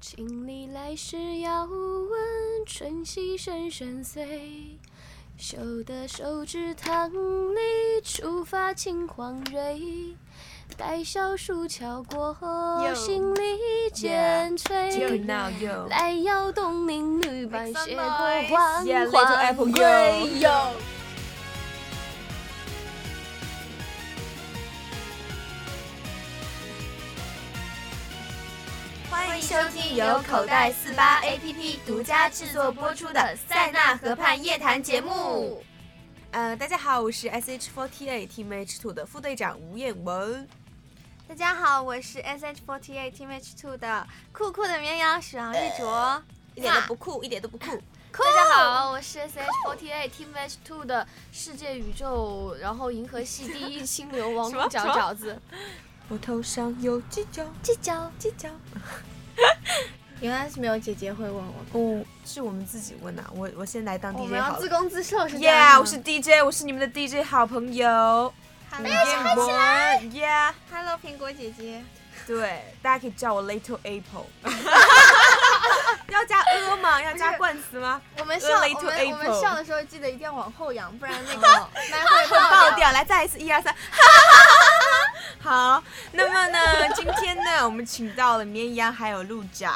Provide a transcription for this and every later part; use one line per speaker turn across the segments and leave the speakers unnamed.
请你来时要问春溪深深邃，手的手指棠里触发青黄蕊，待小树桥过后，
Yo
心里渐
就
垂。
now yo，
来邀东邻女伴
Make some
斜过
noise.
黄
Yeah, little
花
apple
蕊
girl.
哟。
欢迎收听由口袋四八 APP 独家制作播出的《塞纳河畔夜谈》节目。呃，大家好，我是 SH48 Team H Two 的副队长吴彦文。
大家好，我是 SH48 Team H2 的酷酷的绵羊许昂一卓。
一点都不酷，一点都不酷。
大家好，我是 SH48 Team H2 的世界宇宙，然后银河系第一清流王
什么
公角
什么
饺子。
我头上有犄角，
这叫
犄角。
原来是没有姐姐会问我，
哦，是我们自己问呐、啊我我先来当
我
DJ
们要
好
自
了。
攻自受是这样
Yeah，
吗
我是 DJ，我是你们的 DJ 好朋友。
Hello，
吴彦文，Yeah。
哎 Hello，苹果姐姐。
对，大家可以叫我 Little Apple。要加 a 吗？要加冠词吗？
我们笑，
Early
我
to
们我
April
们笑的时候记得一定要往后仰，不然那 个麦会
会爆
爆掉。
掉。来，再来一次，一二三。 好，那么 呢，今天呢，我们请到了绵羊还有鹿角。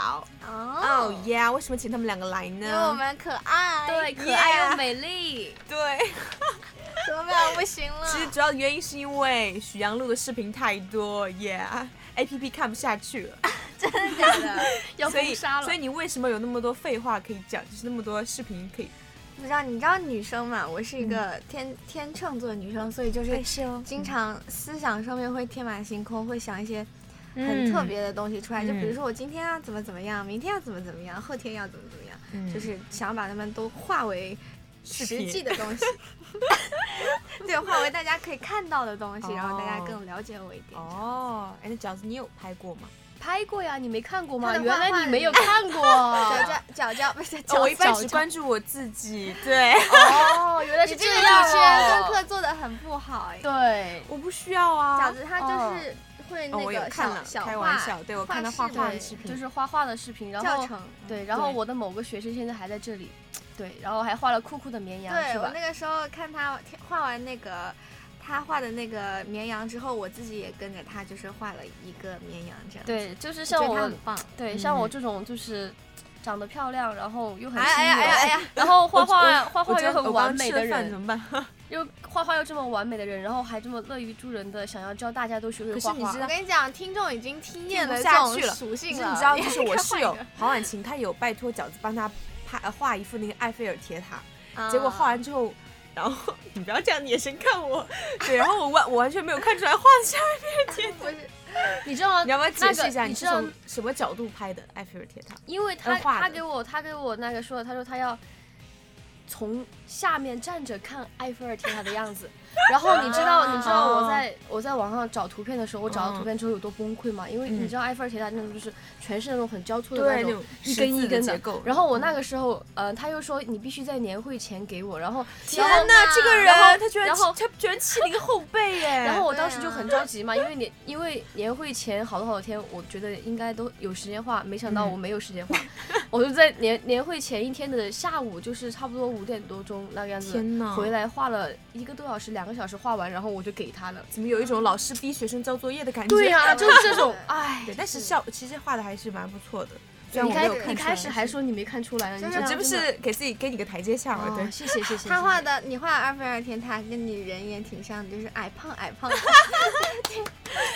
哦
哦，
耶！yeah，为什么请他们两个来
因为我
呢？
们可爱。
对，
Yeah
可爱又美丽。
对，
怎么办？不行了。
其实主要原因是因为许阳录的视频太多，Yeah，A P P 看不下去了，
真的假的？
要
所以
封杀了
所以。你为什么有那么多废话可以讲，就是那么多视频可以？
不知道，你知道女生嘛？我是一个天天秤座女生，所以就是
是哦
经常思想上面会天马行空，会想一些很嗯特别的东西出来，就比
嗯
如说我今天要怎么怎么样，明天要怎么怎么样，后天要怎么怎么样，
嗯
就是想把它们都化为
视
实
频
际的东西，对，化为大家可以看到的东西，
哦
然后大家更了解我一点。
哦，哎，那饺子你有拍过吗？
拍过呀，你没看过吗？
他的
原
画
来
画
你
里
没有看 过。
脚脚脚脚不是脚
哦我一般
饺
只
子
关注我自己，对，
哦，原来是
你
这
这个
样
之前
哦。
功课做的很不好哎，
对，
我不需要啊。
饺子他就是会
哦，
那
我有
个
看
小
了，
小
开玩
画
笑，对我看他画
室
画
对
的视频，
就是画画的视频，然
教
后
程，
对，然后
对
我的某个学生现在还在这里，对，然后还画了酷酷的绵羊，
对
是
我
吧？
那个时候看他画完那个他画的那个绵羊之后，我自己也跟着他就是画了一个绵羊这样。，
对，就是
觉
像
得他
我
很，棒。
对，像我
嗯
这种就是长得漂亮，然后又很
哎
心
哎哎哎
软，
哎，
然后
我
画画画
我
画
觉
又
得
很
我刚
完美
吃了
的
饭
人
怎，么 办？
又画画又这么完美的人，然后还这么乐于助人的，想要教大家都学会
可是
画
你知
画
道
我。跟你讲，听众已经听厌
不
了这
下
种
去了
属
就
性
是
了。
你知道，
你
就是我室友
看
黄婉晴，她有拜托饺子帮她拍呃画一幅那个埃菲尔铁塔，
啊
结果画完之后。然后 你不要这样眼神看 我，对，然后我完我完全没有看出来画下埃菲尔铁塔，
不是
你知道
你要不要解释一
那
下你
个你
是
知道
从什么角度拍的埃菲尔铁塔？
因为他
嗯画的
他给我他给我那个说，他说他要从下面站着看埃菲尔铁塔的样子。然后你知道
啊
你知道我在我在网上找图片的时候，我找到图片之后有多崩溃吗？因为
嗯
你知道埃菲尔铁塔那种就是全是那种很交错的
对，
那
那
种
种。
一根一根
结
的
构，
然后我那个时候，呃，他又说你必须在年会前给我，然后
天
然后
呐，这个人
然后
啊他居然
然后
他居然七零后辈耶！
然后我
对
当时就
啊
很着急嘛，因为年因为年会前好多好多天，我觉得应该都有时间画，没想到我没有时间画， 我就在年年会前一天的下午，就是差不多五点多钟那个样子，
天呐，
回来画了一个多小时，两个小时画完，然后我就给他了。
怎么有一种老师逼学生交作业的感觉？
对呀、就是这种
对，
哎
对，，但是效其实画的还是蛮不错的，虽然
你
我没
开
有看出
你
来
开始还说你没看出来呢，啊
真的
你这
我
样
这不
真的
是给自己给你个台阶下嘛？
哦
对，
谢谢谢谢。
他
谢
画
谢
的，你画的埃菲尔铁塔跟你人也挺像的，就是矮胖矮胖的。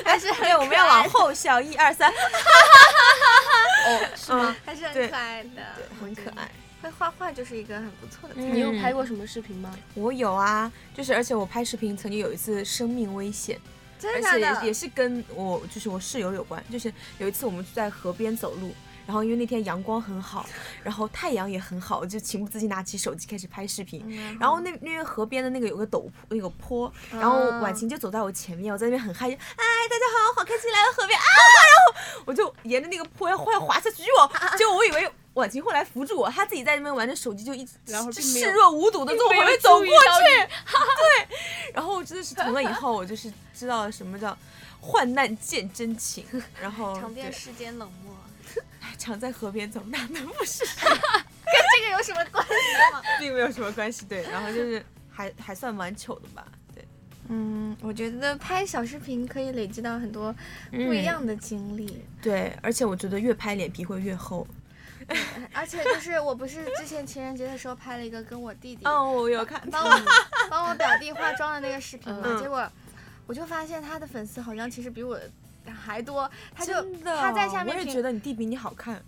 还 是很
对，我们要
可爱
往后笑，一二三，
哦，是吗？
还是
对
很可爱的，
很可爱。
会画画就是一个很不错的才
嗯
能。
你有拍过什么视频吗？
我有啊，就是而且我拍视频曾经有一次生命危险，
真
而
的假
且
的？
也也是跟我就是我室友有关，就是有一次我们在河边走路。然后因为那天阳光很好，然后太阳也很好，我就情不自禁拿起手机开始拍视频。
嗯
然后那那个河边的那个有个陡坡，那个坡，然后
啊
婉晴就走在我前面，我在那边很嗨，哎，大家好，好开心来到河边啊，然后我就沿着那个坡要快要滑下去，结果结果我以为婉晴后来扶住我，她自己在那边玩着手机，就一直
然后并没有
视若无睹的从我旁边走过去，对，然后我真的是从那以后，我就是知道了什么叫。患难见真 情，然后
尝遍
对
世间冷漠，
常在河边走，哪能不 是？
跟这个有什么关系吗？
并没有什么关系，对。然后就是还还算蛮糗的吧，对。
嗯，我觉得拍小视频可以累积到很多不一样的经历，
对，而且我觉得越拍脸皮会越厚。
而且就是我不是之前情人节的时候拍了一个跟我弟弟
哦，我有看
帮
到，
我帮我表弟化妆的那个视频嘛
嗯，
结果我就发现他的粉丝好像其实比我还多，他就
真的，
他在下面
我也
评
觉得你弟比你好看。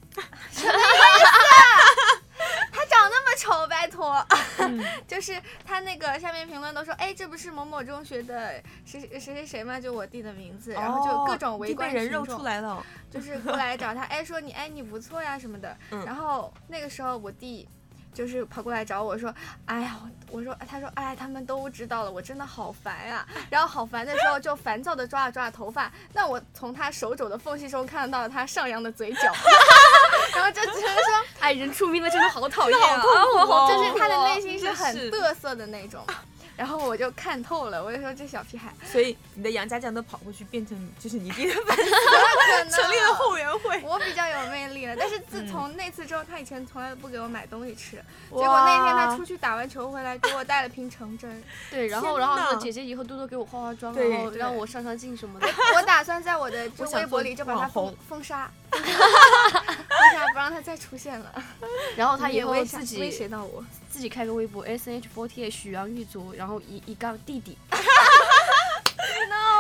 他长那么丑，拜托，
嗯
就是他那个下面评论都说，哎，这不是某某中学的谁谁谁谁吗？就我弟的名字，然后就各种围观
哦弟被人
群
肉
众
出来了。
就是过来找他，哎，说你哎你不错呀什么的。
嗯
然后那个时候我弟就是跑过来找我说，哎呀，我说他说哎他们都知道了，我真的好烦啊。然后好烦的时候就烦躁的抓啊了抓了头发，那我从他手肘的缝隙中看到了他上扬的嘴角， 然后就觉得说， 哎人出名了真的好讨厌啊，
痛苦哦
就是他的内心是
真
很
是
嘚瑟的那种。然后我就看透了，我就说这小 屁孩，
所以你的杨家将都跑过去变成就是你弟的 粉丝，
不可能
成立了后援会。
我比较有魅力了，但是
嗯
自从那次之后，他以前从来都不给我买东西吃。结
哇
果那天他出去打完球回来，给我带了瓶橙汁儿。
对，然
天
后然后
哪
说姐姐以后多多给我化化妆，
对
然后
对
让我上上镜什么的。
我打算在我的就
我想
微博里就把他
做网
封
红
封杀，封杀不让他再出现了。
然哦后他以
也
后
威胁
自己
威胁到我，
自己开个微博 S H forty eight 许阳玉足，然后一一杠弟弟。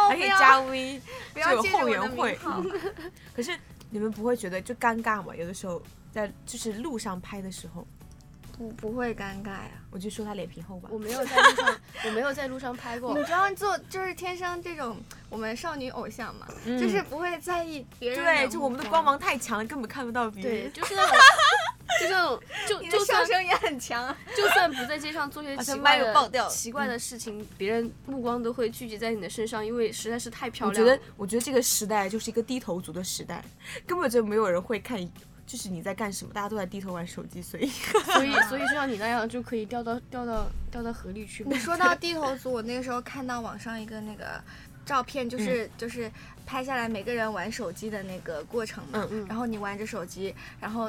还可以加 V，
不
就
要
有
借着
后
我
援
的
会嗯
名号。
可是你们不会觉得就尴尬吗？有的时候在就是路上拍的时候，
不不会尴尬呀。
我就说他脸皮厚吧
我。没有在路上，我没有在路上拍
哦
过
你。知道做就是天生这种我们少女偶像嘛，
嗯
就是不会在意别人。
对，就我们的
啊
光。芒太强了，根本看不到别
对，
人。
就是那种，就是那种，就
你的
就
笑
算
声也很强，啊
就算不在街上做些
把
奇
这麦
怪
又爆掉
的
了
奇怪的事情，别人目光都会聚集在你的身上，因为实在是太漂
我觉
亮
得
了。，
我觉得这个时代就是一个低头族的时代，根本就没有人会看，就是你在干什么，大家都在低头玩手机，所以
所以所以就像你那样，就可以掉到掉到掉到河里去吧
你。说到低头族，我那个时候看到网上一个那个照片，
嗯
就是、就是拍下来每个人玩手机的那个过程嘛。
嗯
嗯
然后你玩着手机，然后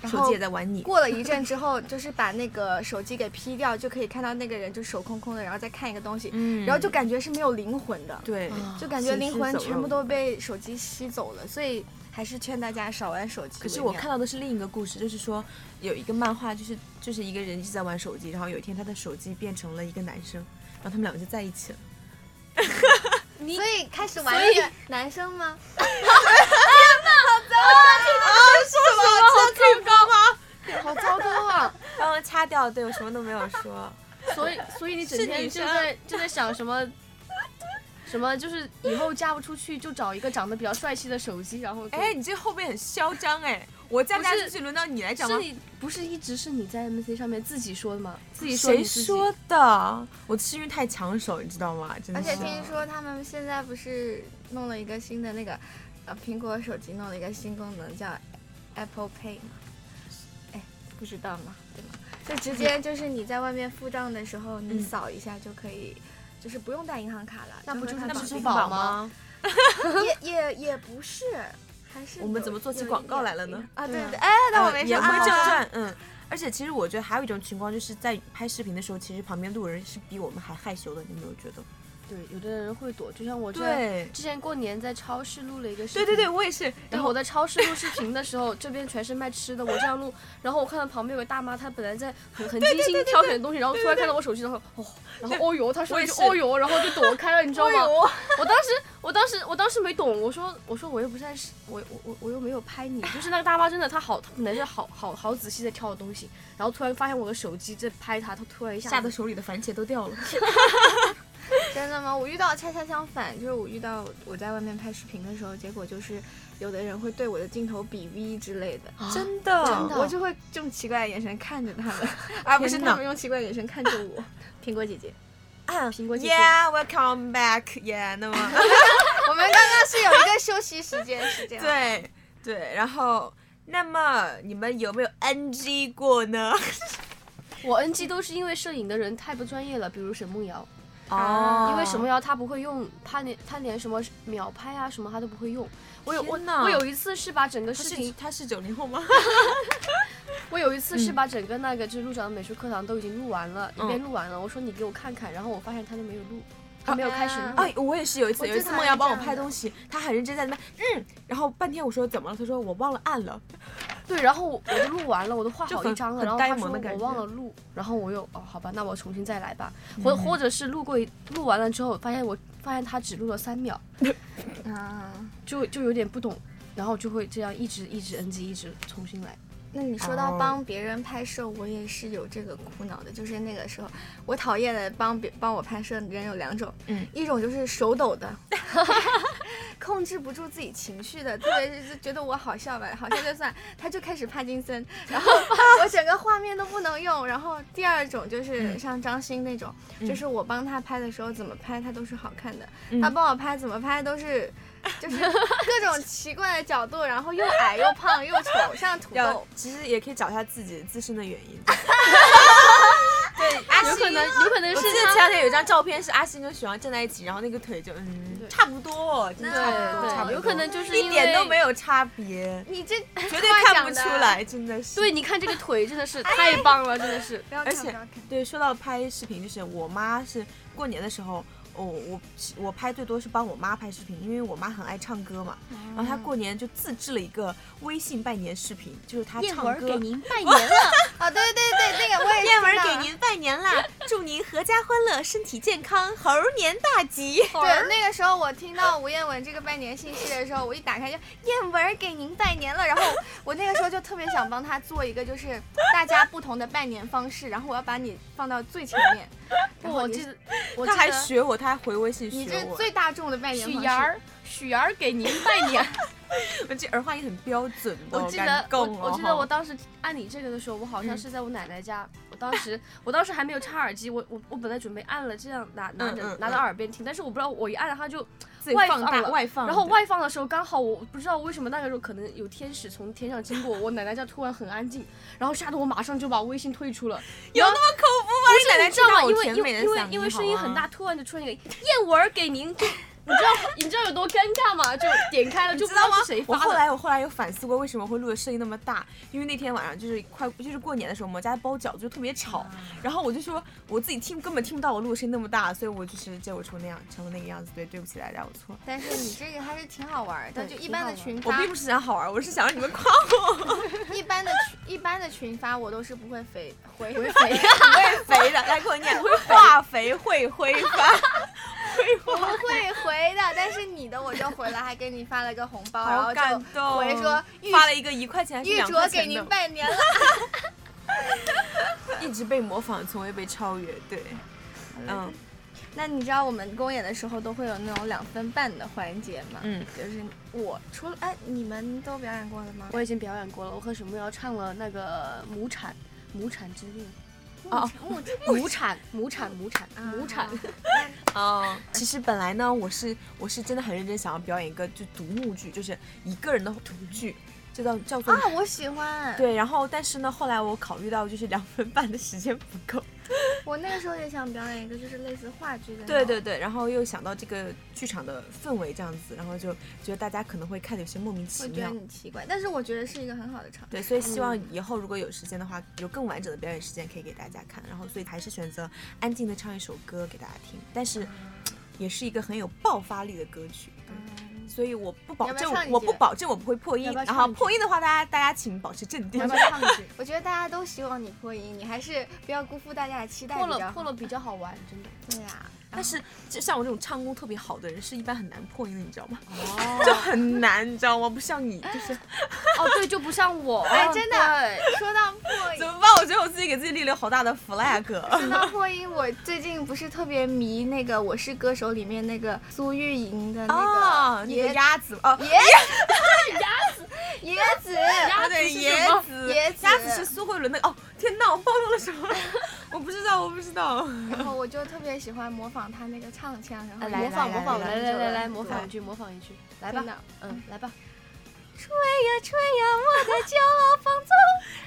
然
手机
后
也在玩你。
过了一阵之后，就是把那个手机给 P 掉，就可以看到那个人就手空空的，然后再看一个东西，
嗯
然后就感觉啊是没有灵魂的，
对，
就感觉
行
灵
尸
魂
走
全部
肉
都被手机吸走了，所以。还是劝大家少玩手机为
可
妙。
是我看到的是另一个故事，就是说有一个漫画，就是就是一个人一直在玩手机，然后有一天他的手机变成了一个男生，然后他们两个就在一起了。
所以开始玩那个男生吗？
好糟糕啊！
然后掐掉，对我什么都没有 说。
所以所以你整
是
天
女
就
生
在就在想什么？什么就是以后嫁不出去就找一个长得比较帅气的手机，然后就
哎，你这后面很嚣张哎！我嫁不
不
嫁
是
出去，轮到你来讲吗
是？你不是一直是你在 MC 上面自己说的吗？自己说
谁
你自己
说的？我是因为太抢手，你知道吗？真的
而且
嗯是
听说他们现在不是弄了一个新的那个，呃，苹果手机弄了一个新功能叫 Apple Pay 嘛？哎，不知道吗？对吗？就直接就是你在外面付账的时候，你
嗯
扫一下就可以。就是不用带银行卡了，
那不
就
就是
它
那
支
不是支
绑
付
定
付
宝
宝
吗
吗？
也也也不是，还是
我们
有
怎么做起
有一
广告
点
来了呢
啊，对
对啊
对对，哎，那我
呃
没说
言归
啊
正
好吧
传，嗯。而且其实我觉得还有一种情况，就是在拍视频的时候，其实旁边路人是比我们还害羞的，你有没有觉得？
对，有的人会躲，就像我这
对
之前过年在超市录了一个视
对
频，
对对，我也是。
然
然
后
后
我在超市录视频的时候，这边全是卖吃的，我这样录，然后我看到旁边有个大妈，她本来在很很精心挑选东西，然后突然看到我手机，然后哦，然后哦哟，她说
我
一
也
句
是
哦哟，然后就躲开了，你知道
哎
吗？
呦，
我当时我当时我当时没懂，我说我说我又不是在视我我我我又没有拍你，就是那个大妈真的她好，她可能是好好好仔细在挑东西，然后突然发现我的手机在拍她，她突然一下
吓
子
得手里的番茄都掉了。
真的吗？我遇到恰恰相反，就是我遇到我在外面拍视频的时候，结果就是有的人会对我的镜头比 V 之类的，
啊
真的，
真的
我就会用奇怪的眼神看着他们，而不是他们用奇怪的眼神看着我。苹果姐姐，
苹果姐姐
Yeah, welcome back. Yeah，那 么
我们刚刚是有一个休息时间，是这样。，
对对，然后那么你们有没有 NG 过呢？
我 NG 都是因为摄影的人太不专业了，比如沈梦瑶，
哦，
因为什么摇他不会用，他连他连什么秒拍啊什么他都不会用。我有我
天哪
我有一次是把整个
他
视
是
频，
他是九零后吗？
我有一次是把整个那个就是路长的美术课堂都已经录完了，
嗯
一边录完了，我说你给我看看，然后我发现他都没有录，他没有开始录。
哎，我也是有一次，
我
有
最
一次
讨
梦
厌
瑶帮我
这样
拍
的
东西，她很认真在那边，嗯，然后半天我说怎么了，她说我忘了按 了，
对，然后我我就录完了，我都画
就
好
很
一张了，
很
然后他
呆
说
萌的感
我
觉嗯
忘了录，然后我又哦好吧，那我重新再来吧，或、或者是录过一录完了之后，发现我发现他只录了三秒，
啊，
就就有点不懂，然后就会这样一直一直 NG 一直重新来。
那你说到
哦
帮别人拍摄，我也是有这个苦恼的，就是那个时候我讨厌的帮别帮我拍摄的人有两种，
嗯
一种就是手抖的， 控制不住自己情绪的，特别是觉得我好笑吧，好笑就算，他就开始帕金森，然后我整个画面都不能用。然后第二种就是像张欣那种，就是我帮他拍的时候怎么拍他都是好看的，他帮我拍怎么拍都是。就是各种奇怪的角度，然后又矮又胖又丑，像土
要
豆。
其实也可以找一下自己自身的原 因。
有可能，有可能
我
是
记得前两天有一张照片是阿星跟许阳站在一起，然后那个腿就嗯
对
差不多，真的
对
差不多
对
差不多，
有可能就是
一
因
点都
为
没有差别，
你这
绝对
话
看不
讲的
出来，真的是。
对，你看这个腿真的是太棒了，真的是。
不要
而
看，
且
不要看。
对，说到拍视频，就是我妈是过年的时候，哦，我我拍最多是帮我妈拍视频，因为我妈很爱唱歌嘛。
哦
然后她过年就自制了一个微信拜年视频，就是她唱歌。
您拜年了，
啊，对对 对，那个我也
燕
知
文
道
儿给您拜年啦，祝您阖家欢乐，身体健康，猴年大吉。
对，那个时候我听到吴彦文这个拜年信息的时候，我一打开就彦文儿给您拜年了，然后我那个时候就特别想帮他做一个，就是大家不同的拜年方式，然后我要把你放到最前 面。
不，
然后
我
你
记得， 我
她
记
还
得哎
学我，她还回微信
你
学
这
我。
最大众的拜年
许
方
岩
式。
儿，许岩儿给您拜年。
我这儿化音很标准的，
我记
感
得，
觉
我
哦够
我
了
记得我
哈
当时按你这个的时候，我好像
嗯
是在我奶奶家，我当时我当时还没有插耳机，我我我本来准备按了这样拿拿
嗯
着
嗯
拿到
嗯
耳边听，但是我不知道我一按它就
自己
外
放
放
大
了
外放，
然后
对
外放的时候，刚好我不知道为什么那个时候可能有天使从天上经过，我奶奶家突然很安静，然后吓得我马上就把微信退出了。
有那么恐怖吗？你奶奶
你知道吗？
我
因为
甜
因
美
为
的
因
嗓
为因为
好
声音很
啊
大，突然就出现一个燕文儿给您，就你知道你知道有多尴尬吗？就点开了
你
就不
知
知
道
道
吗
是谁？
我
发
后
的。
来我后来有反思过，为什么会录的声音那么大？因为那天晚上就是快就是过年的时候，我们家包饺子就特别吵，
啊
然后我就说我自己听根本听不到我录的声音那么大，所以我就是结果出那样成了那个样子。对，对不起大家，我错了。
但是你这个还是挺好玩儿 的，
对
就一
挺
般
好
的
玩
群
我
发，
并不是想好啊玩，我是想让你们夸 我
一般的群一般的群发我都是不会回回回
肥
会肥的，来给我念，化肥会挥 发，会
我
花。
会回的，但是你的我就回了，还给你发了个红包，然
哦
好
后
感
就
动！
回说玉
发了一个一块钱还是
玉
两
卓
块
给
钱
您
的，
拜年了。
一直被模仿，从未被超越。对，嗯
那你知道我们公演的时候都会有那种两分半的环节吗？
嗯，
就是我除了哎，你们都表演过了吗？
我已经表演过了，我和沈梦瑶唱了那个《亩产》，《亩产之恋
哦，》，
亩产，亩产，亩产，亩 产。
哦，其实本来呢，我是我是真的很认真想要表演一个就独幕剧，就是一个人的独剧，这叫叫做、
啊，我喜欢。，
对。然后但是呢，后来我考虑到就是两分半的时间不够，
我那个时候也想表演一个，就是类似话剧的。
对对。对，然后又想到这个剧场的氛围这样子，然后就觉得大家可能会看的有些莫名其
会觉得
妙。
你奇怪，但是我觉得是一个很好的场。
对，所以希望以后如果有时间的话，有更完整的表演时间可以给大家看。然后，所以还是选择安静的唱一首歌给大家听，但是也是一个很有爆发力的歌曲。
嗯
对，所以我不保
要不要
证
唱，一
我不
句
保证我不会破音。
要不要
然
唱
后
一句
破音的话，大家大家请保持镇定。
要不要唱一句？
我觉得大家都希望你破音，你还是不要辜负大家的期待
破
比较
了，
好
破了比较好玩，真的。
对呀、
但是就像我这种唱功特别好的人，是一般很难破音的，你知道吗？就
哦，
很难，你知道吗？不像 你，就是
哦，对，就不像 我，
哎，真的
哦对，
说到破音
怎，么办？我觉得我自己给自己立了好大的 flag。
说到破音，我最近不是特别迷那个《我是歌手》里面那个苏玉莹的那
哦，
个
那个
椰
鸭子哦，
椰子，
啊，
鸭
对，
子是什
椰
么
子，
椰子
鸭子是苏慧伦的。哦，天哪，我暴露了什 么？我不知道，我不知道。
然后我就特别喜欢模仿她那个唱腔，然后
哎来
嗯模仿
来
模仿，
来
啊来
来
来来来，模
来
仿一句，模仿一句，来吧
真，的。
嗯，来吧。
吹呀吹呀，我的骄傲放纵，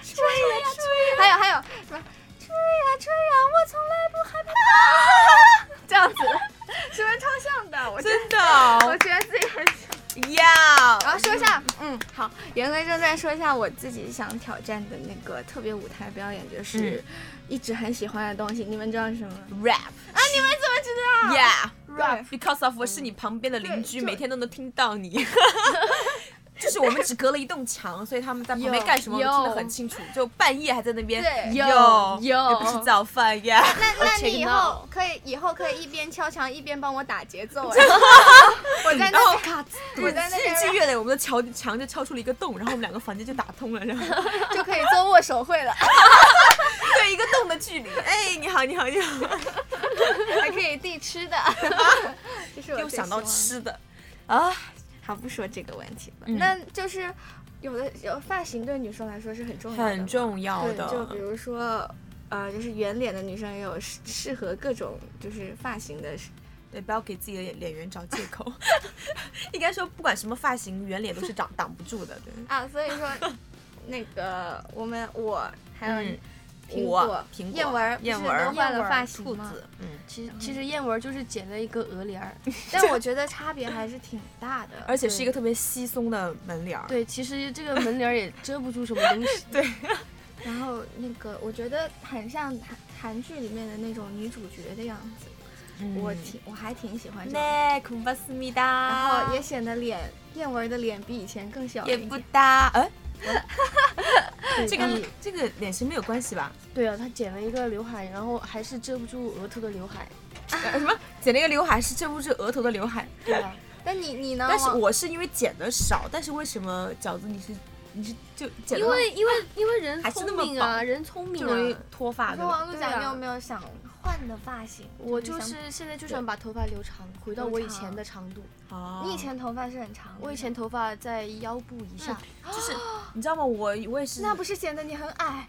吹呀 吹呀，还有还有什么？吹呀吹呀，我从来不害怕。这样子，
嗯
嗯好，言归正传，说一下我自己想挑战的那个特别舞台表演，
嗯
就是一直很喜欢的东西。你们知道是什么吗？
rap
啊，你们怎么知道？
yeah
对
because of 我是你旁边的邻居，
对就
每天都能听到 你。就是我们只隔了一栋墙，所以他们在旁边
有
干什么我
有
听得很清楚，就半夜还在那边
对
有
有有
又不是早饭呀。
那那你
check it
以
out
后可以以后可以一边敲墙一边帮我打节奏，哎我在
然后
那边， 我
日
在那
日积
边
月累，我们的桥墙就敲出了一个洞，然后我们两个房间就打通了，然后
就可以做握手会了，
对一个洞的距离。哎，你好，你好，你好，
还可以递吃的， 这是我
又
最
想到
希望的
吃的 啊，
好，不说这个问题了。
嗯
那就是有的有发型对女生来说是很重要的嘛，
很重要
对，就
的。
比如说，呃，就是圆脸的女生也有适适合各种就是发型的。
对，不要给自己的脸脸圆找借口。 应该说，不管什么发型，圆脸都是挡挡不住的。对，
啊，所以说， 那个我们我还有
嗯
苹
我
果
苹果
燕文
燕
不是都
文
换
燕
了
文
发型
兔
吗
子？
嗯，
其实其实燕文就是剪了一个鹅帘 儿，
但我觉得差别还是挺大的。
而且是一个特别稀松的门脸儿。
对，其实这个门帘儿也遮不住什么东西。
对，
然后那个我觉得很像韩韩剧里面的那种女主角的样子，
嗯
我挺我还挺喜欢这样。
那恐怕思密达，
然后也显得脸燕文的脸比以前更小了
也
一
不
点。
搭。哎，
对
这
嗯
个这个脸型没有关系吧？
对啊，他剪了一个刘海，然后还是遮不住额头的刘海。
什么剪了一个刘海是遮不住额头的刘海，
嗯
对啊，
但你你呢？
但是
王
我是因为剪的少，但是为什么饺子你是你是就剪得
因为因为因为人
还是那
聪
么
明
薄
啊，人聪明
就容易
啊。
脱发
我
对
说
吧？
王璐
对啊
讲，你有没有想换的发型？
我就
想
是现在就想把头发留长，回到我以前的长度。
哦
你以前头发是很长的，
我以前头发在腰部以下，
就是你知道吗？我我也是
那不是显得你很矮，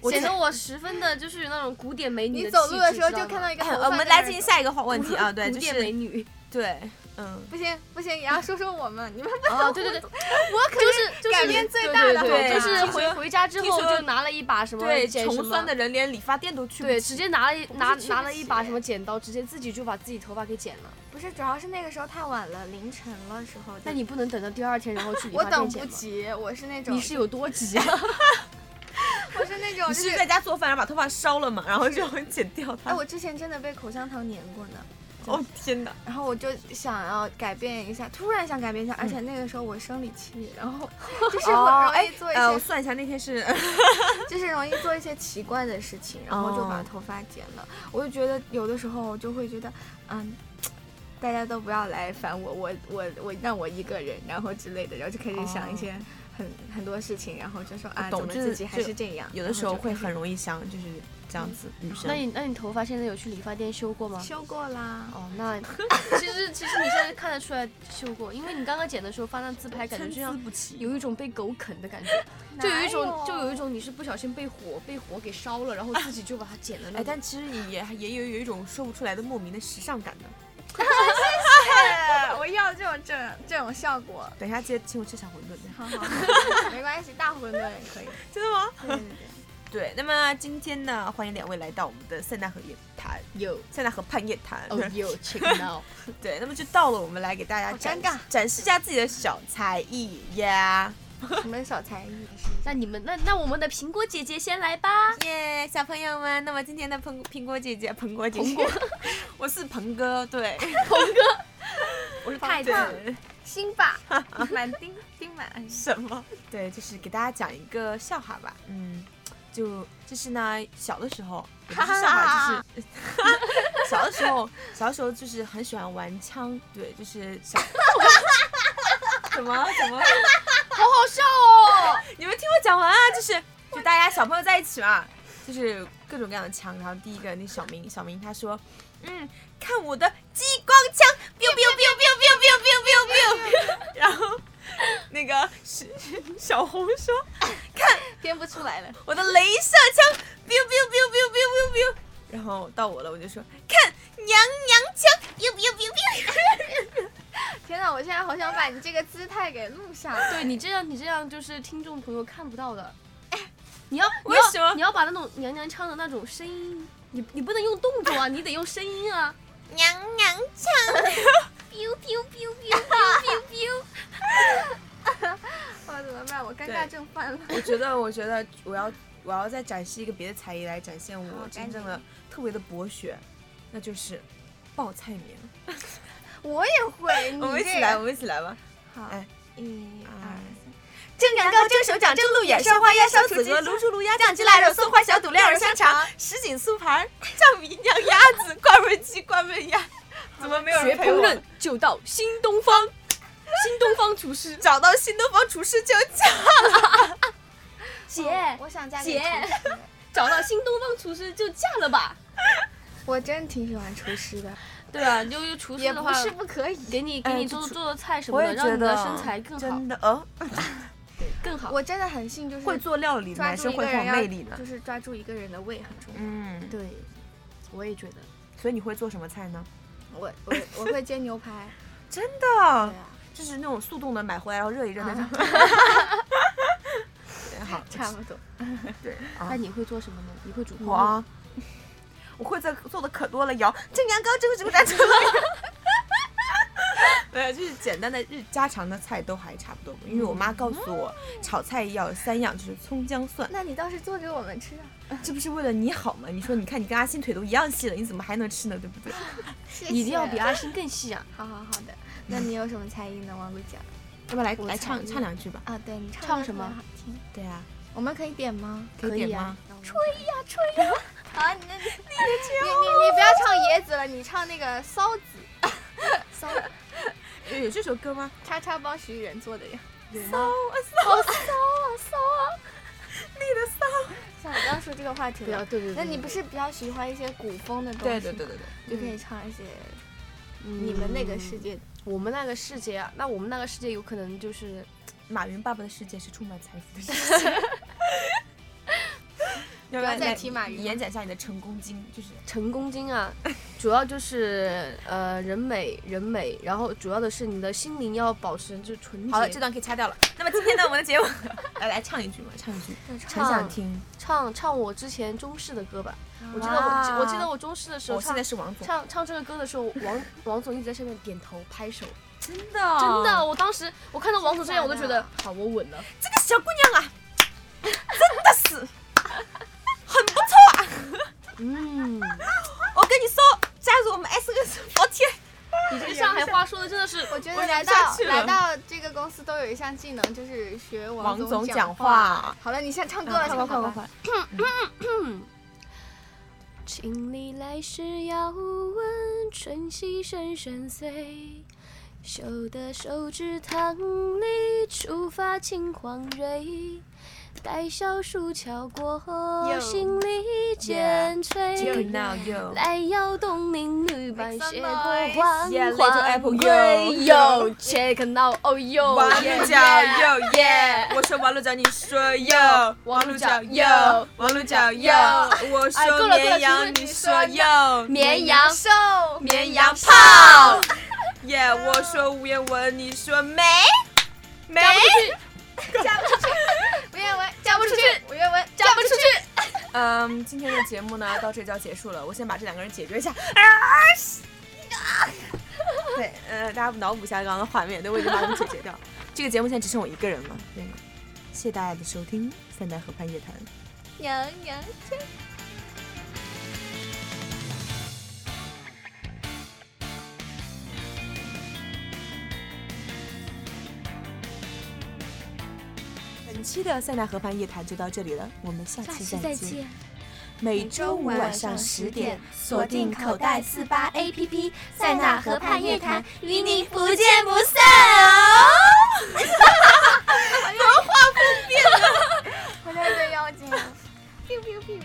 我
显
就
得我十分的就是那种古典美女
你
的
走
气
路的
质
时候
知道
就看
吗
到一个头
哎，
发在那儿走。
我们来进下一个话问题啊，对，
古
就
典美
是
女。
对，嗯，
不行不行，也要说说我们，你们不
哦，对对对， 我
可
就是就是
改变最大的
对
好
对
吧
对就是回
听说
回家之
听
后
说
就拿了一把什么
对，
剪什
穷
么
酸的人连理发店都去不
对，
起
直接拿了一拿
去不
拿了一把
起
什么剪刀，直接自己就把自己头发给剪了。
不是，主要是那个时候太晚了，凌晨了时候就。
那你不能等到第二天然后去理
我
发
等
店
不
剪吗？
及，我是那种
你是有多急啊？
我是那种
你
就是
在家做饭，然后把头发烧了嘛，然后就剪掉
哎，
它。
我之前真的被口香糖粘过呢。
哦天哪！
然后我就想要改变一下，突然想改变一下，而且那个时候我生理期，然后就是
哦
我容
哎
易做一
呃，我
些，
算一下，嗯那天 是
就是容易做一些奇怪的事情，然后就把
哦
头发剪了。我就觉得有的时候我就会觉得，嗯。大家都不要来烦我，我我我让我一个人，然后之类的，然后就开始想一些很、很多事情，然后就说啊，
哦懂
怎么
就
自
是
己还
就是
这样？
有的
然后
时候
就
会
开始
很容易想，就是这样子，女生
那。你那你头发现在有去理发店修过吗？
修 过啦，
哦，那其实其实你现在看得出来修过，因为你刚刚剪的时候发那自拍，感觉就像
不齐。
有一种被狗啃的感觉，就有一
啊
种就有一种你是不小心被火被火给烧了，然后自己就把它剪了那
哎，
种。
但其实也也有有一种说不出来的莫名的时尚感的。
我要这种这种这种效果。
等一下记得请我吃小馄饨。
好好，好 没关系，大馄饨也可以。
真的吗？
对对对，
对，那么今天呢，欢迎两位来到我们的塞纳河夜谈，
有
塞纳河畔夜谈。
哦有 check now，
对，那么就到了我们来给大家
好
展
尴尬
展示一下自己的小才艺呀！
什么小才艺？
那你们那那我们的苹果姐姐先 来吧。
耶小朋友们，那么今天的苹苹果姐姐，苹果姐 姐，我是鹏哥，对， 鹏哥，我是
太
对
子
辛巴， 满丁丁满。 哎
什么？对，就是给大家讲一个笑话吧。嗯，就就是呢，小的时候也不是笑话， 就是小的时候，小的时候就是很喜欢玩枪，对，就是 小。什么什么？
好好笑哦！
你们听我讲完啊！就是就大家小朋友在一起嘛，就是各种各样的枪。然后第一个那小明，小明他说，嗯，看我的激光枪，biu biu biu biu biu biu biu biu biu。然后那个是小红说，
编不出来了，
我的镭射枪，biu biu biu biu biu biu biu。然后到我了，我就说，看娘娘腔，biu biu biu biu。
天哪！我现在好想把你这个姿态给录下来。
对你这样你这样就是听众朋友看不到的。你要你
为什么
要你要把那种娘娘腔的那种声音，你你不能用动作啊，你得用声音啊。
娘娘腔，
biu biu biu biu biu biu biu，
我怎么办？我尴尬症犯了。
我觉得，我觉得我要我要再展示一个别的才艺来展现
好
我真
赶
正的特别的博学，那就是报菜名。
我也会，你
我们一
这
起
个
来，我们一起来吧。
好
哎，
一二
蒸羊羔、蒸手掌、蒸鹿眼、烧花鸭、烧土鹅、卤煮卤鸭、酱汁腊肉、松花小肚、料肉香 肠、什锦酥盘、酱米酿鸭子、挂焖鸡、挂焖鸭。怎么没有人陪 我？
就到新东方，新东方 厨师。
找到新东方厨师就叫。
姐，
哦我想嫁给
姐
厨师，
找到新东方厨师就嫁了吧。
我真挺喜欢厨师的，
对啊，你就是厨师
也
的
不
话，
是不可以。
给你给
哎
你
这
做
厨
做的菜什么的，让你的身材更好
真的，呃，
更好。
我真的很信，就是
会做料理的
抓
男
住
生
一
会
个
很有
人
魅力呢
要，就。是抓住一个人的胃很重要。
嗯，
对，我也觉得。
所以你会做什么菜呢？
我我我会煎牛排，
真
对
的，
啊，
就是那种速冻的买回来，然后热一热那种。啊对好，
差不 多。
对啊
那。你会做什么呢？你会煮泡
我
面？
啊，我会做做的可多了，摇蒸羊羔、蒸什么蛋、蒸什么。 没有，就是简单的日家常的菜都还差不多，因为我妈告诉我，炒菜要有三样，就是葱姜蒜。
那你倒是做给我们吃啊！
嗯这不是为了你好吗？你说，你看你跟阿星腿都一样细了，你怎么还能吃呢？对不对？
谢谢。
你一定要比阿星更细啊！
好好好的。那你有什么才艺呢，王璐姐？
要不来
我
来
才
唱
艺
唱两句吧？
啊，对你
唱
唱歌
什么
特别好听？
对啊，
我们可以点吗？
可以点
啊
吗？
吹呀吹呀！好，你那你你你你不要唱椰子了，你唱那个骚子，骚
哎有有这首歌吗？
叉叉帮徐艺人做的呀。
有吗
骚啊骚，
好骚啊骚啊！
你的骚。
算了，不要说这个话题
不要，
了。
对对对。
那你
对
不是比较喜欢一些古风的东西？
对对对，对对，
就可以唱一些
嗯
你们那个世界
我们那个世界啊，那我们那个世界有可能就是
马云爸爸的世界是充满财富的世界。要
不要
来
再
来
提马云了
延展一下你的成功经，就是
成功经啊，主要就是呃人美人美，然后主要的是你的心灵要保持就纯洁。
好了，这段可以掐掉了。那么今天呢，我们的节目来来唱一句嘛，唱一句，
就
很
唱
想听。
唱唱我之前中式的歌吧，我记得
哇
我我记啊得我中式的时候
我现
唱
在是王总，
唱唱这个歌的时候，王王总一直在下面点头拍手，
真的
真的，我当时我看到王啊总这样，我
真
都
的
觉得好，我稳了。
这个小姑娘啊，真的是很不错啊。
嗯，
我跟你说，加入我们 S 个昨天，
你这个上海话说的真的是，
我觉
我
得
忍
来
不
到
下去了
来到这个公司都有一项技能，就是学
王总
总
讲
话。
话。
好了，你先唱歌啊了，
快快
唱
快快
歌
快！
请你来时要问春熙深深邃，
手的手指棠里触发青黄蕊，待小树桥过后，
Yo
心里渐
这个
垂。
now you，
来摇动铃女伴
Make some
斜过
noise.
黄
Yeah, little
花
apple,
桂
yo check now oh yo
王鹿
yeah,
角
yeah
哟耶！我说王鹿角，你说哟。
王鹿角
哟，王鹿角哟。我
哎
说
够了够了
绵羊，
停止
你
你
说
说
哟。
绵羊
瘦
绵羊泡。耶、我说吴彦文，你说没没
吴彦文嫁不出去，吴彦文
嫁不出去，
嗯，今天的节目呢到这就要结束了，我先把这两个人解决一下。啊是啊对，呃，大家脑补一下刚刚的画面，对我已经把他们解决掉了。这个节目现在只剩我一个人了。对，谢谢大家的收听，《三代河畔夜谈》。
娘娘。
本期的《塞纳河畔夜谈》就到这里了，我们下期再
再
见。
见。
每周五晚上十点，锁定口袋四八。
八 A P P，塞纳河畔夜谈，与你不见不散。
我现在被妖精了。biu biu biu。